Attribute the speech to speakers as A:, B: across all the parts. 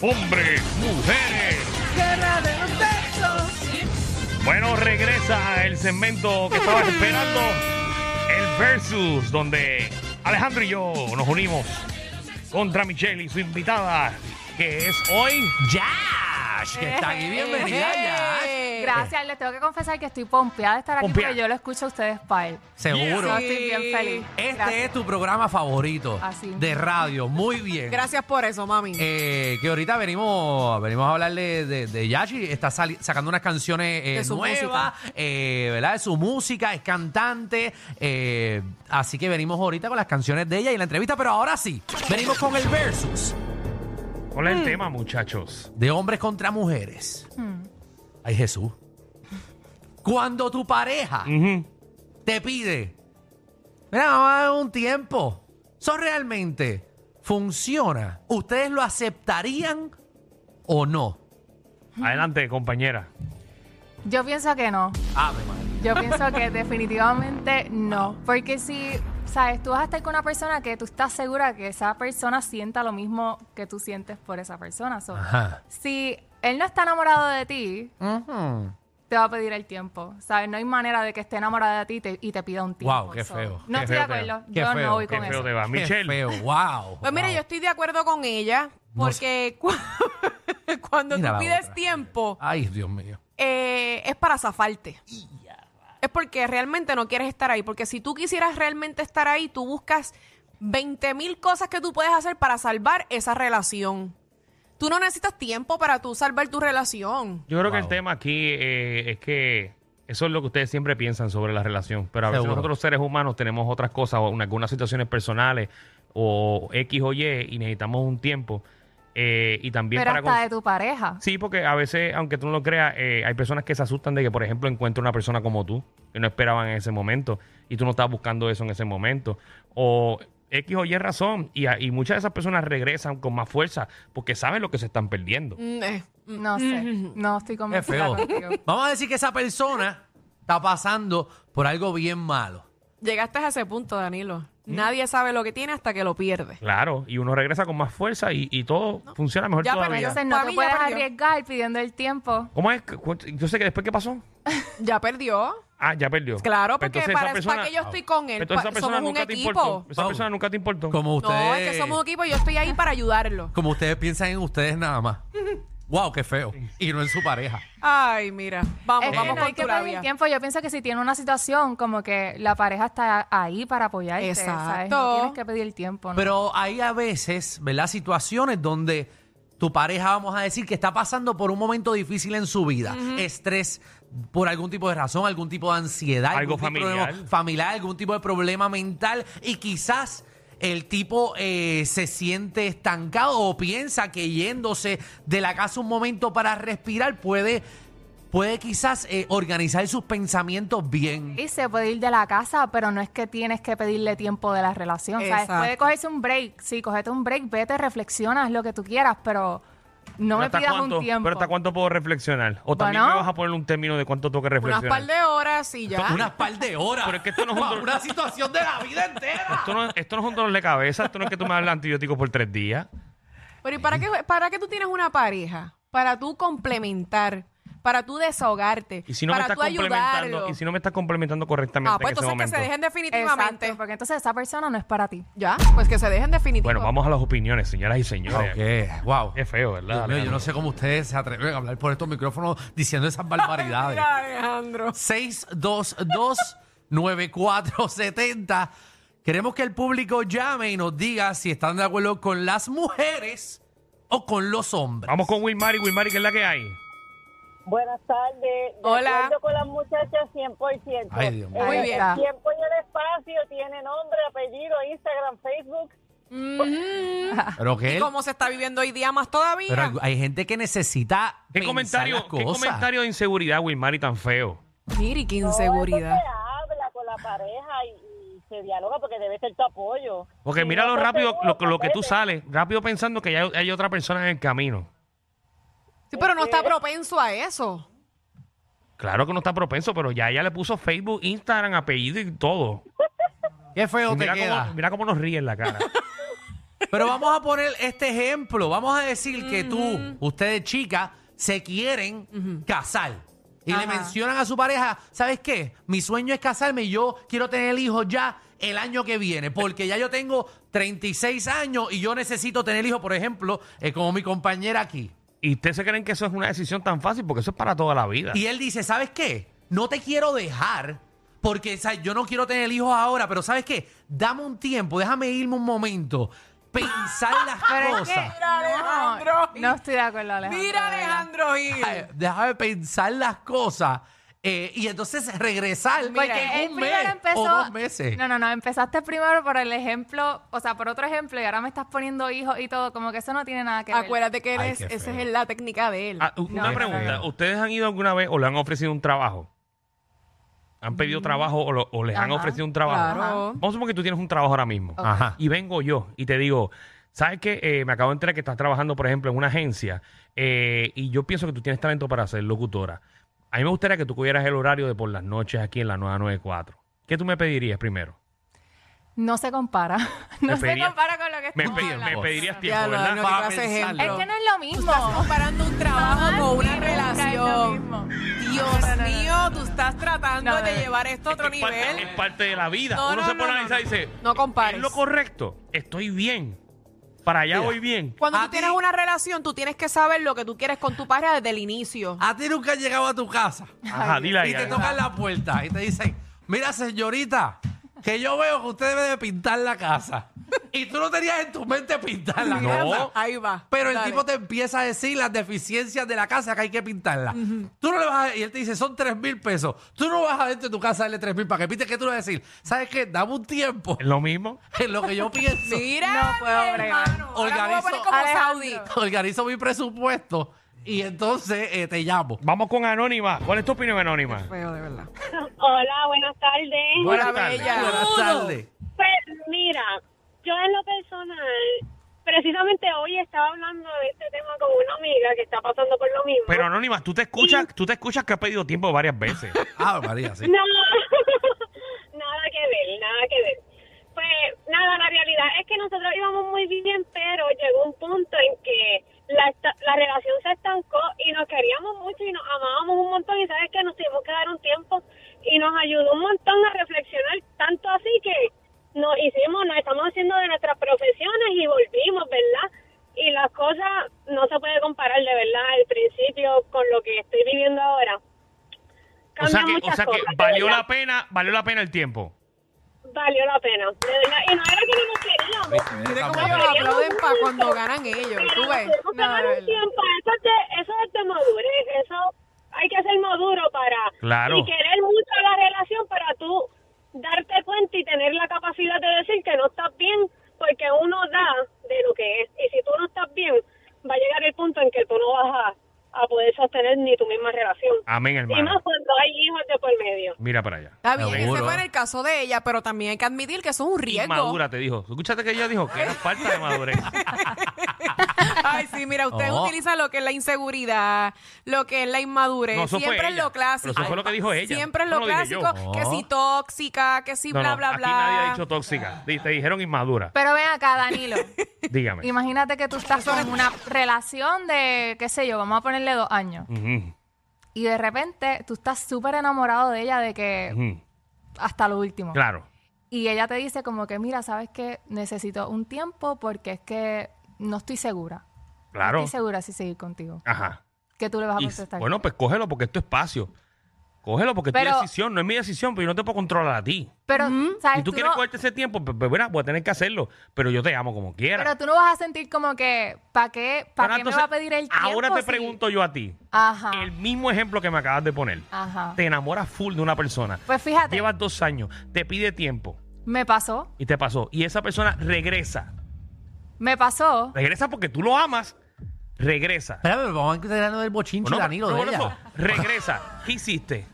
A: hombres, mujeres.
B: Guerra de los sexos.
A: Bueno, regresa el segmento que estaba esperando, el Versus, donde Alejandro y yo nos unimos contra Michelle y su invitada, que es hoy.
C: Yash, que está aquí. Bienvenida, Yash.
D: Eh,
B: Gracias, les tengo que confesar que estoy pompeada de estar aquí
A: Pompeada.
B: porque yo lo escucho a ustedes, Pal.
C: Seguro.
B: Yo estoy bien feliz.
C: Este
B: Gracias.
C: es tu programa favorito
B: Así.
C: de radio. Muy bien.
D: Gracias por eso, mami.
C: Eh, que ahorita venimos, venimos a hablarle de, de Yashi. Está sali- sacando unas canciones eh,
D: De su
C: nuevas, eh, ¿verdad? De su música, es cantante. eh, así que venimos ahorita con las canciones de ella y la entrevista. Pero ahora sí, venimos con el versus
A: ¿Cuál
C: Mm.
A: es el tema, muchachos?
C: de hombres contra mujeres.
D: Hmm.
C: Ay, Jesús. Cuando tu pareja
A: Ujú.
C: te pide, mira, vamos a dar un tiempo. ¿Eso realmente funciona? ¿Ustedes lo aceptarían o no?
A: Adelante, compañera.
B: Yo pienso que no.
C: Ave María.
B: Yo pienso que definitivamente no. Porque si, sabes, tú vas a estar con una persona que tú estás segura que esa persona sienta lo mismo que tú sientes por esa persona. So,
C: Ajá.
B: si él no está enamorado de ti, te va a pedir el tiempo. ¿Sabes? No hay manera de que esté enamorada de ti te- y te pida un tiempo.
C: Guau, qué feo.
B: No
C: Qué feo
B: estoy de
C: te va.
B: acuerdo.
C: Qué
B: Yo
C: feo,
B: no voy
C: qué
B: con
A: feo
B: eso.
A: te va.
C: Qué
A: Michelle.
C: feo, wow.
D: Pues mira,
C: wow.
D: yo estoy de acuerdo con ella
C: No
D: porque cu- cuando
C: Mira la
D: tú pides
C: otra.
D: tiempo
C: Ay, Dios mío.
D: eh, es para zafarte. Es porque realmente no quieres estar ahí. Porque si tú quisieras realmente estar ahí, tú buscas 20 mil cosas que tú puedes hacer para salvar esa relación. Tú no necesitas tiempo para tú salvar tu relación.
A: Yo creo que el
C: Wow.
A: tema aquí eh, es que eso es lo que ustedes siempre piensan sobre la relación, pero a veces
C: Seguro.
A: nosotros los seres humanos tenemos otras cosas, o en algunas situaciones personales, o X o Y, y necesitamos un tiempo. eh, y también
B: Pero
A: para...
B: hasta
A: con-
B: de tu pareja.
A: Sí, porque a veces, aunque tú no lo creas, eh, hay personas que se asustan de que, por ejemplo, encuentre una persona como tú, que no esperaban en ese momento, y tú no estabas buscando eso en ese momento. O X o Y razón, y, a- y muchas de esas personas regresan con más fuerza porque saben lo que se están perdiendo.
D: Mm, eh, mm.
B: No sé. No estoy
C: Qué feo.
B: convencida contigo.
C: Vamos a decir que esa persona está pasando por algo bien malo.
D: Llegaste a ese punto, Danilo.
C: ¿Mm?
D: Nadie sabe lo que tiene hasta que lo pierde.
A: Claro, y uno regresa con más fuerza y, y todo funciona mejor
D: Ya, pero
A: todavía.
B: Entonces
D: Pa'
B: no te
D: mí ya
B: puedes
D: perdió.
B: arriesgar pidiendo el tiempo.
A: ¿Cómo es? que- cu- Yo sé que después qué pasó.
D: Ya perdió.
A: Ah, ya perdió.
D: Claro, porque
A: Entonces, esa
D: para, para que yo estoy con él,
A: Entonces
D: pa-
A: esa persona
D: somos un
A: nunca te
D: equipo.
A: importó. Esa
C: Wow.
A: persona nunca te importó.
C: Como ustedes.
D: No, es que somos un equipo y yo estoy ahí para ayudarlo.
C: Como ustedes piensan en ustedes nada más. wow, qué feo. Y no en su pareja.
D: Ay, mira, vamos,
B: Es que
D: vamos
B: no hay
D: con
B: que
D: tu
B: pedir
D: labia.
B: tiempo. Yo pienso que si tiene una situación, como que la pareja está ahí para apoyarte. ¿sabes? No
D: Exacto.
B: tienes que pedir tiempo. ¿no?
C: Pero hay a veces, ¿verdad? Situaciones donde tu pareja, vamos a decir, que está pasando por un momento difícil en su vida. Estrés por algún tipo de razón, algún tipo de ansiedad.
A: Algo
C: algún tipo de
A: familiar.
C: problema familiar, algún tipo de problema mental. Y quizás el tipo eh, se siente estancado o piensa que yéndose de la casa un momento para respirar puede... Puede quizás eh, organizar sus pensamientos bien.
B: Y se puede ir de la casa, pero no es que tienes que pedirle tiempo de la relación. ¿sabes?
D: Exacto.
B: Puede cogerse un break. Sí, cogete un break, vete, reflexionas lo que tú quieras, pero no me
A: hasta
B: pidas
A: cuánto-
B: un tiempo.
A: Pero hasta cuánto puedo reflexionar. O también
B: Bueno.
A: me vas a poner un término de cuánto tengo que
D: Unas
A: reflexionar.
D: par de horas y ya.
C: Unas par de horas.
A: Pero es que esto no es un
C: Pa'
A: dolor-
C: una situación de la vida entera.
A: Esto no, esto no es un dolor de cabeza, esto no es que tú me hablas antibióticos por tres días.
D: Pero ¿y para qué, para qué tú tienes una pareja? Para tú complementar, para tú desahogarte,
A: Y si no
D: para
A: me
D: tú
A: estás complementando,
D: ayudarlo.
A: y si no me estás complementando correctamente
D: ah,
A: en ese
D: pues entonces que
A: momento.
D: se dejen definitivamente.
B: Exacto, porque entonces esa persona no es para ti.
D: Ya, pues que se dejen definitivamente.
A: Bueno, vamos a las opiniones, señoras y señores.
C: Ah, Ok, wow.
A: Qué feo, ¿verdad?
C: Dios mío, yo
A: Alejandro?
C: no sé cómo ustedes se atreven a hablar por estos micrófonos diciendo esas barbaridades.
D: Mira, Alejandro.
C: 622-9470. Queremos que el público llame y nos diga si están de acuerdo con las mujeres o con los hombres.
A: Vamos con Wilmary, Wilmary, ¿qué es la que hay?
E: Buenas tardes. De
D: Hola.
E: acuerdo con las muchachas 100%.
C: Ay, Dios mío.
B: Muy
E: Eh,
B: bien.
E: El tiempo y el espacio tiene nombre, apellido, Instagram, Facebook.
A: Ah.
D: Mm,
C: Pero que
D: ¿Y
C: él-
D: cómo se está viviendo hoy día más todavía?
C: pero hay, hay gente que necesita
A: ¿Qué
C: pensar las
A: comentario, ¿Qué
C: cosas.
A: comentario de inseguridad, Wilmary, tan feo?
D: Miri, qué
E: No,
D: inseguridad.
E: eso se habla con la pareja y, y se dialoga porque debe ser tu apoyo.
A: Porque
E: Si
A: mira
E: no
A: lo
E: estás
A: rápido,
E: seguro,
A: lo, lo que tú
E: vete.
A: sales, rápido pensando que ya hay otra persona en el camino.
D: Sí, pero no está propenso a eso.
A: Claro que no está propenso, pero ya ella le puso Facebook, Instagram, apellido y todo.
C: Qué feo
A: Y mira,
C: te queda.
A: cómo, mira cómo nos ríe en la cara.
C: Pero vamos a poner este ejemplo. Vamos a decir que tú, ustedes chicas, se quieren casar. Y le
B: Ajá.
C: mencionan a su pareja, ¿sabes qué? Mi sueño es casarme y yo quiero tener hijos ya el año que viene, porque ya yo tengo 36 años y yo necesito tener hijos, por ejemplo, eh, como mi compañera aquí.
A: Y ustedes se creen que eso es una decisión tan fácil porque eso es para toda la vida.
C: Y él dice, ¿sabes qué? No te quiero dejar porque o sea, yo no quiero tener hijos ahora, pero ¿sabes qué? Dame un tiempo, déjame irme un momento, pensar las
B: Pero es que-
C: cosas.
D: Mira, Alejandro.
B: No, no estoy de acuerdo, Alejandro.
D: Mira,
B: de verdad.
D: Alejandro Gil.
C: Ay, Déjame pensar las cosas eh, y entonces regresar
D: Mira,
B: Porque
C: en
B: él
C: un mes
B: primero empezó.
C: o dos meses.
B: No, no, no. Empezaste primero por el ejemplo, o sea, por otro ejemplo, y ahora me estás poniendo hijos y todo. Como que eso no tiene nada que ver.
D: Acuérdate que él
C: Ay,
D: es-
C: qué feo.
D: esa es la técnica de él.
A: Ah, u- una
B: No,
A: pregunta.
C: no, no.
A: ¿Ustedes han ido alguna vez o le han ofrecido un trabajo? ¿Han pedido trabajo o, lo- o les han
B: Ajá,
A: ofrecido un trabajo?
D: claro.
A: Vamos a suponer que tú tienes un trabajo ahora mismo.
C: Ajá.
A: Y vengo yo y te digo, ¿sabes qué? Eh, me acabo de enterar que estás trabajando, por ejemplo, en una agencia eh, y yo pienso que tú tienes talento para ser locutora. A mí me gustaría que tú cogieras el horario de por las noches aquí en la 994. ¿Qué tú me pedirías primero?
B: No se compara.
A: Me
B: No se
A: pediría-
B: compara con lo que
A: Me,
B: estamos
A: pe- me
B: hablando.
A: pedirías tiempo,
D: Ya, lo-
A: ¿verdad?
D: no,
C: Para
D: qué clase de
C: pensarlo.
D: ejemplo.
B: Es que no es lo mismo.
D: comparando un trabajo
B: Jamás
D: con una
B: ni nunca es lo
D: relación.
B: mismo. No,
D: Dios
B: no, no, no.
D: mío, tú estás tratando
B: No, no,
D: de
B: no.
D: llevar esto a otro
A: es parte-
D: nivel.
A: es parte de la vida.
D: No,
A: Uno
D: no,
A: se
D: no,
A: pone a
D: no,
A: analizar y
D: no.
A: dice,
D: No compares.
A: ¿es lo correcto? Estoy bien. Para allá
C: Mira.
A: voy bien.
D: Cuando
C: A
D: tú tienes
C: ti-
D: una relación, tú tienes que saber lo que tú quieres con tu pareja desde el inicio.
C: A ti nunca has llegado a tu casa
A: Ajá, dile ahí.
C: y te
A: ahí.
C: tocan la puerta y te dicen, mira señorita, que yo veo que usted debe de pintar la casa. Y tú no tenías en tu mente pintar la
A: No.
C: casa.
D: Ah, Ahí va.
C: Pero el
D: Dale.
C: tipo te empieza a decir las deficiencias de la casa que hay que pintarla. Tú no le vas a, y él te dice, son tres mil pesos. Tú no vas adentro de tu casa a darle tres mil para que pinte. ¿Qué tú le vas a decir? ¿Sabes qué? Dame un tiempo
A: Es lo mismo.
C: en lo que yo pienso.
D: Mira,
B: No puedo
D: mi
B: bregar.
D: hermano. Ahora me voy a poner
C: Organizo-
D: como
B: Alejandro.
D: Saudi.
C: Organizo mi presupuesto y entonces eh, te llamo.
A: Vamos con Anónima. ¿Cuál es tu opinión, Anónima?
D: Feo, de verdad.
E: Hola, buenas tardes.
D: Hola,
A: Buenas tardes.
D: bella.
C: Buenas tardes.
E: Pues mira, yo en lo personal, precisamente hoy estaba hablando de este tema con una amiga que está pasando por lo mismo.
A: Pero Anónima, tú te escuchas, tú te escuchas que has pedido tiempo varias veces.
C: Ah, María, sí.
E: No, nada que ver, nada que ver. Pues nada, la realidad es que nosotros íbamos muy bien, pero llegó un punto en que la, esta- la relación se estancó y nos queríamos mucho y nos amábamos un montón y sabes que nos tuvimos que dar un tiempo y nos ayudó un montón a reflexionar, tanto así que nos hicimos, nos estamos haciendo de nuestras profesiones y volvimos, ¿verdad? Y las cosas no se puede comparar de verdad el principio con lo que estoy viviendo ahora.
A: o sea
E: Cambian
A: que, o
E: muchas
A: sea que
E: cosas, de
A: valió
E: verdad
A: la pena, valió la pena el tiempo.
E: valió la pena. De verdad. Y no era que no nos queríamos.
C: Ah,
D: Mira cómo
E: Nos
D: ellos
E: queríamos
D: aplauden para
E: mucho,
D: cuando ganan ellos.
E: pero
D: Tú
E: nos
D: ves.
E: tuvimos que
D: No,
E: dar
D: de
E: un
D: verdad.
E: tiempo. Eso es de, eso es de madurez. Eso hay que ser maduro para.
A: Claro.
E: Y querer mucho la relación para tú darte cuenta y tener la capacidad de decir que no estás bien. Porque uno da de lo que es. Y si tú no estás bien, va a llegar el punto en que tú no vas a, a poder sostener ni tu misma relación.
A: Amén,
E: Y más
A: hermano.
E: cuando hay hijos de por medio.
A: Mira para allá.
D: Está bien, ese
C: Seguro.
D: fue en el caso de ella, pero también hay que admitir que eso es un riesgo.
A: Madura te dijo. Escúchate que ella dijo que era falta de madurez.
D: Ay, sí, mira, usted
C: Oh.
D: utiliza lo que es la inseguridad, lo que es la inmadurez,
A: No, eso fue
D: siempre es
A: ella.
D: lo clásico.
A: Pero eso fue lo que dijo ella.
D: Siempre es
A: Eso
D: lo
A: no lo dije
D: clásico,
A: yo.
D: que
C: Oh.
D: si tóxica, que si
A: No,
D: bla,
A: no,
D: bla,
A: aquí
D: bla.
A: nadie ha dicho tóxica. Di- Te dijeron inmadura.
B: Pero ven acá, Danilo.
A: Dígame.
B: Imagínate que tú estás con una relación de, qué sé yo, vamos a ponerle dos años.
A: Ujú,
B: Y de repente tú estás súper enamorado de ella, de que
A: ujú.
B: hasta lo último.
A: Claro.
B: Y ella te dice como que, mira, sabes que necesito un tiempo porque es que no estoy segura.
A: Claro.
B: No estoy segura si seguir contigo.
A: Ajá.
B: ¿Qué tú le vas a
A: Y-
B: contestar?
A: bueno, pues cógelo porque es tu espacio. Cógelo porque es
B: Pero-
A: tu decisión. No es mi decisión, pero yo no te puedo controlar a ti.
B: pero, ¿sabes?
A: Si mm, tú,
B: tú
A: quieres
B: no-
A: cogerte ese tiempo, pues, pues, mira, voy a tener que hacerlo. Pero yo te amo como quiera.
B: pero tú no vas a sentir como que, ¿para qué,
A: Ahora,
B: para qué me va a
A: entonces,
B: pedir el tiempo?
A: Ahora te
B: si- Ah.
A: pregunto yo a ti.
B: Ajá.
A: El mismo ejemplo que me acabas de poner.
B: Ajá.
A: Te enamoras full de una persona.
B: Pues fíjate,
A: Llevas dos años, te pide tiempo
B: me pasó,
A: y te pasó. Y esa persona regresa.
B: me pasó.
A: Regresa porque tú lo amas. Regresa.
C: Espérame, pero vamos a enterarnos del bochinche,
A: Bueno,
C: Danilo,
A: no,
C: de
A: bueno,
C: ella.
A: eso, regresa. ¿Qué hiciste?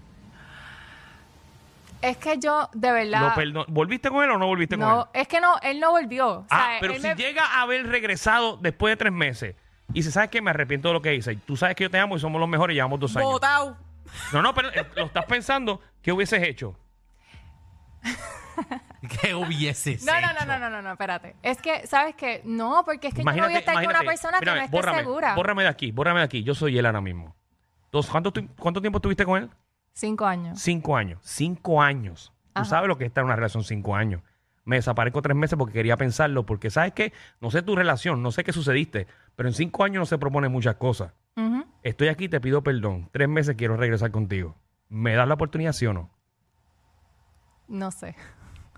B: Es que yo, de
A: Lo
B: verdad,
A: perdon- ¿Volviste con él o no volviste con él?
B: no, es que no, él no volvió. O
A: Ah,
B: sea,
A: pero
B: él
A: si
B: me-
A: llega a haber regresado después de tres meses y se sabe que me arrepiento de lo que hice, tú sabes que yo te amo y somos los mejores y llevamos dos años.
D: Botao.
A: No, no, pero eh, lo estás pensando, ¿qué hubieses hecho?
C: ¿Qué hubieses
B: No, no, no,
C: hecho?
B: no, no, no, no, espérate. Es que, ¿sabes qué? No, porque es que yo no voy a estar con una
A: imagínate,
B: persona que
A: mírame,
B: no esté
A: bórrame,
B: segura.
A: Bórrame de aquí, bórrame de aquí. Yo soy él ahora mismo. Entonces, ¿cuánto, tu- cuánto tiempo estuviste con él?
B: Cinco años.
A: Cinco años. Cinco años.
B: Ajá.
A: Tú sabes lo que es estar en una relación cinco años. Me desaparezco tres meses porque quería pensarlo, porque sabes que no sé tu relación, no sé qué sucediste, pero en cinco años no se proponen muchas cosas.
B: Ujú.
A: Estoy aquí, te pido perdón. Tres meses quiero regresar contigo. ¿Me das la oportunidad, sí o no?
B: No sé.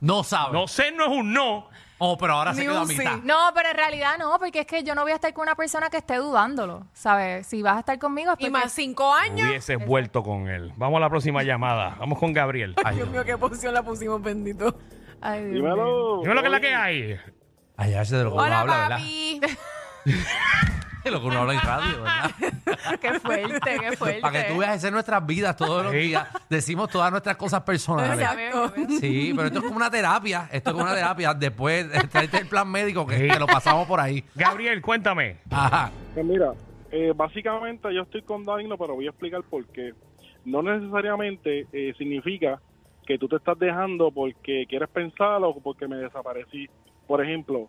C: No sabes.
A: No sé, no es un no.
C: Oh, pero ahora se
D: Ni
C: quedó a
D: un sí.
C: mitad.
B: No, pero en realidad no, porque es que yo no voy a estar con una persona que esté dudándolo, ¿sabes? Si vas a estar conmigo es
D: Y
B: porque...
D: más cinco años.
A: Hubieses vuelto con él. Vamos a la próxima llamada. Vamos con Gabriel.
C: Ay,
D: Dios mío, qué posición la pusimos, bendito.
B: Ay, Dios mío.
F: Dímelo.
A: Dime lo que es la que hay.
C: Ay, ya sé de lo que uno
D: Hola,
C: habla, ¿verdad?
D: papi.
C: De lo que uno habla en radio, ¿verdad?
B: Qué fuerte, qué fuerte.
C: Para que tú veas, ese es nuestras vidas todos los
A: Sí.
C: días. Decimos todas nuestras cosas
B: Ya
C: personales.
B: veo, ya veo.
C: Sí, pero esto es como una terapia. Esto es como una terapia. Después, eh, tráete el plan médico que, que lo pasamos por ahí.
A: Gabriel, cuéntame.
C: Ajá.
F: Pues mira, eh, básicamente yo estoy con Danilo, pero voy a explicar por qué. No necesariamente eh, significa que tú te estás dejando porque quieres pensar o porque me desaparecí. Por ejemplo,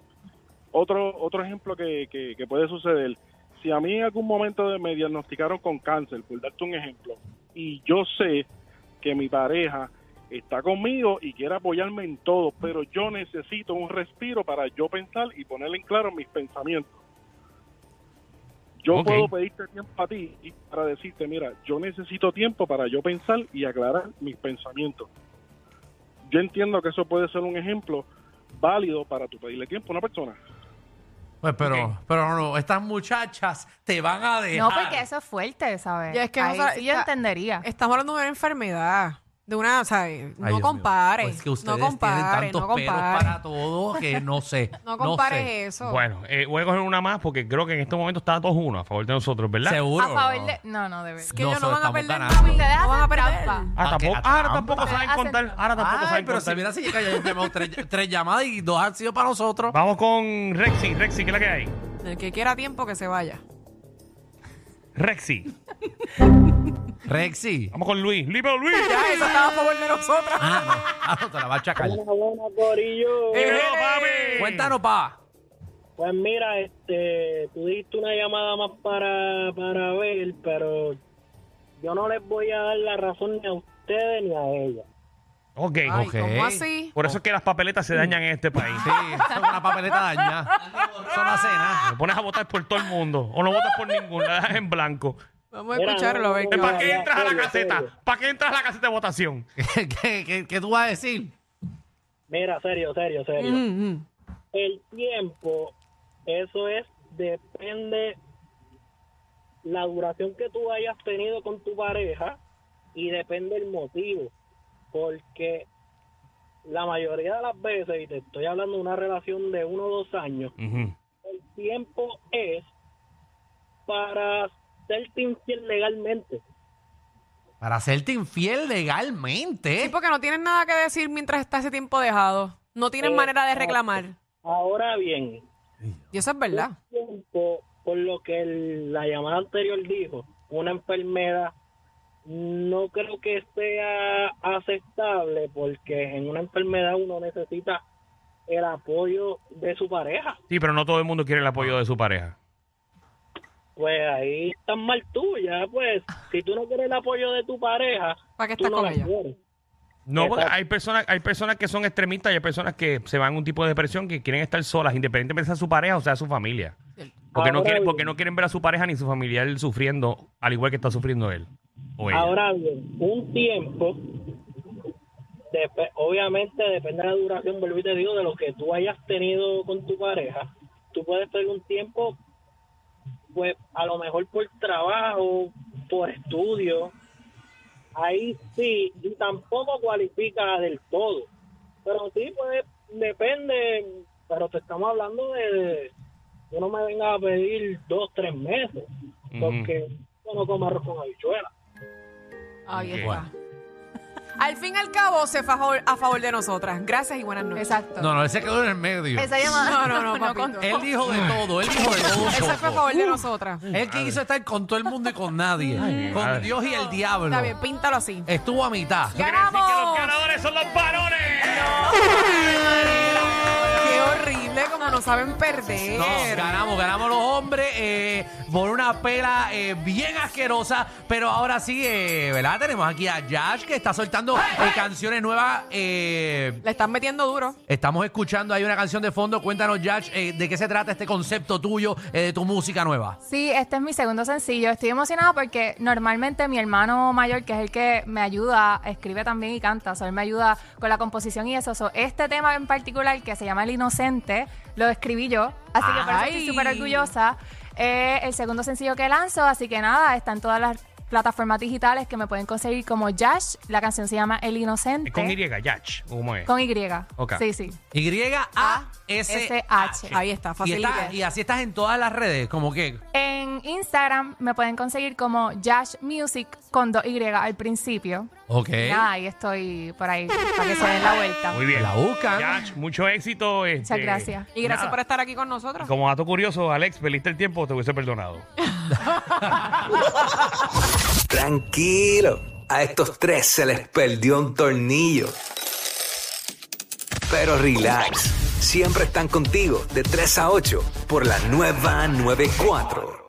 F: otro otro ejemplo que, que- que puede suceder. Si a mí en algún momento de- me diagnosticaron con cáncer, por darte un ejemplo, y yo sé que mi pareja está conmigo y quiere apoyarme en todo, pero yo necesito un respiro para yo pensar y ponerle en claro mis pensamientos. Yo
A: Ok.
F: puedo pedirte tiempo a ti y para decirte, mira, yo necesito tiempo para yo pensar y aclarar mis pensamientos. Yo entiendo que eso puede ser un ejemplo válido para tu pedirle tiempo a una persona.
C: Pues, pero,
A: Ok.
C: pero no, estas muchachas te van a dejar.
B: No, porque eso es fuerte, ¿sabes?
D: Ya es que no
B: Ahí
D: sabe-
B: sí yo
D: está-
B: entendería.
D: Estamos hablando de una enfermedad. De una, o sea, no
C: Dios mío.
D: compares.
C: Pues que
D: no
C: ustedes
D: compares,
C: tienen tantos
D: no
C: peros
D: compares.
C: para todo que no sé.
D: No compares
C: sé.
D: eso.
A: Bueno, eh, voy a coger una más porque creo que en este momento está 2-1 a favor de nosotros, ¿verdad?
C: Seguro.
B: A favor de... No, no, de verdad.
D: que
C: No,
D: ellos no
C: so-
D: van a
C: estamos
D: perder
C: ganando.
D: papi,
B: Ustedes
D: no van a
B: hacen
D: perder.
B: trampa.
A: Ah,
C: Ah, que
A: tampoco,
C: la
A: ahora
C: trampa.
A: tampoco saben
B: Hacen
A: contar.
B: trampa.
A: Ahora tampoco
C: Ay,
A: saben
C: pero si
A: contar.
C: mira, si ya ya llevamos tres, tres llamadas y dos han sido para nosotros.
A: Vamos con Rexy. Rexy, ¿qué es la que hay?
D: El que quiera tiempo que se vaya.
A: Rexy.
C: Rexy.
A: Vamos con Luis. ¡Libre Luis!
D: Ya, eso estaba a favor de nosotras.
C: Ah, no. Ah, no, te la va a achacar.
A: ¡Dímelo, papi!
C: Cuéntanos, pa.
E: Pues mira, este, tú diste una llamada más para, para ver, pero yo no les voy a dar la razón ni a ustedes ni a ella.
A: Ok.
D: Ay,
C: Ok.
D: ¿cómo así?
A: Por eso es que las papeletas se dañan en este país.
C: Sí, eso es una papeleta dañada. Eso no hace nada.
A: Te pones a votar por todo el mundo o no votas por ninguno, la dejas en blanco.
D: Vamos a
E: Mira,
D: escucharlo, a ver
E: no,
D: qué
E: no,
D: va.
A: ¿Para qué
E: ya,
A: entras a la
E: serio, serio.
A: caseta? ¿Para qué entras a la caseta de votación?
C: ¿Qué, qué- qué- qué tú vas a decir?
E: Mira, serio, serio, serio.
D: Mm, mm.
E: El tiempo, eso es, depende la duración que tú hayas tenido con tu pareja y depende el motivo. Porque la mayoría de las veces, y te estoy hablando de una relación de uno o dos años,
A: Ujú.
E: el tiempo es para serte infiel legalmente.
C: Para hacerte infiel legalmente.
D: Sí, porque no tienen nada que decir mientras está ese tiempo dejado. No tienen manera de reclamar.
E: Ahora bien,
D: Y eso es verdad.
E: el tiempo, por lo que el- la llamada anterior dijo, una enfermedad, no creo que sea aceptable porque en una enfermedad uno necesita el apoyo de su pareja.
A: Sí, pero no todo el mundo quiere el apoyo de su pareja.
E: Pues ahí estás mal tú, ya pues, si tú no quieres el apoyo de tu pareja,
D: ¿Para qué
E: tú
D: estás
E: no
D: con
E: la
D: ella?
E: quieres.
A: No, porque
E: Exacto.
A: hay personas, hay personas que son extremistas y hay personas que se van a un tipo de depresión que quieren estar solas, independientemente sea su pareja o sea su familia. Porque no,
E: Ahora
A: quieren,
E: bien.
A: porque no quieren ver a su pareja ni su familiar sufriendo, al igual que está sufriendo él o ella.
E: Ahora bien, un tiempo, depe- obviamente depende de la duración, vuelvo y te digo, de lo que tú hayas tenido con tu pareja. Tú puedes tener un tiempo, pues a lo mejor por trabajo, por estudio. Ahí sí, y tampoco cualifica del todo. Pero sí, pues depende, pero te estamos hablando de, yo no me venga a pedir dos, tres meses,
A: Ujú.
E: porque yo no como arroz con habichuela.
D: Ahí
A: Ok.
D: está. Al fin y al cabo, se fue a favor, a favor de nosotras. Gracias y buenas noches.
B: Exacto.
C: No, no, él se quedó en el medio.
B: Esa llamada...
D: No, no, no, papito.
B: contó.
C: Él dijo de todo, él dijo de todo.
D: Él se fue a
C: Choco.
D: favor de nosotras.
C: Él quiso estar con todo el mundo y con nadie.
A: Ay,
C: con
A: madre.
C: Dios y el diablo. Eh,
D: Está bien, píntalo así.
C: Estuvo a mitad.
A: Quiere decir que los
D: ¡Ganamos!
A: ganadores son los varones.
D: no saben perder.
C: No, ganamos, ganamos los hombres eh, por una pela eh, bien asquerosa. Pero ahora sí, eh, ¿verdad? Tenemos aquí a Yash que está soltando eh, canciones nuevas. eh,
D: Le están metiendo duro.
C: estamos escuchando ahí una canción de fondo. Cuéntanos, Yash, eh, de qué se trata este concepto tuyo, eh, de tu música nueva.
B: Sí, este es mi segundo sencillo. Estoy emocionada porque normalmente mi hermano mayor, que es el que me ayuda, escribe también y canta. O sea, él me ayuda con la composición y eso. So, este tema en particular, que se llama El Inocente, lo escribí yo. Así que por eso
D: Ay.
B: estoy súper orgullosa. Es el segundo sencillo que lanzo. Así que nada, está en todas las plataformas digitales que me pueden conseguir como Yash. La canción se llama El Inocente.
A: Es con Y, Yach. ¿Cómo es?
B: Con Y.
A: Ok.
B: Sí, sí.
C: Y-A-S-H.
B: S-H.
D: Ahí está,
C: Y,
D: facilita.
C: está- y así estás en todas las redes, como que.
B: En Instagram me pueden conseguir como Yash Music con dos Y al principio.
C: Ok.
B: Nada, ahí estoy por ahí para que se den la vuelta.
A: Muy bien.
C: La buscan.
A: Yach, mucho éxito. este,
B: gracias.
D: Y gracias
A: nada.
D: por estar aquí con nosotros.
A: Como dato curioso, Alex, perdiste el tiempo, te hubiese perdonado.
G: Tranquilo, a estos tres se les perdió un tornillo. Pero relax, siempre están contigo de 3 a 8 por la nueva 94.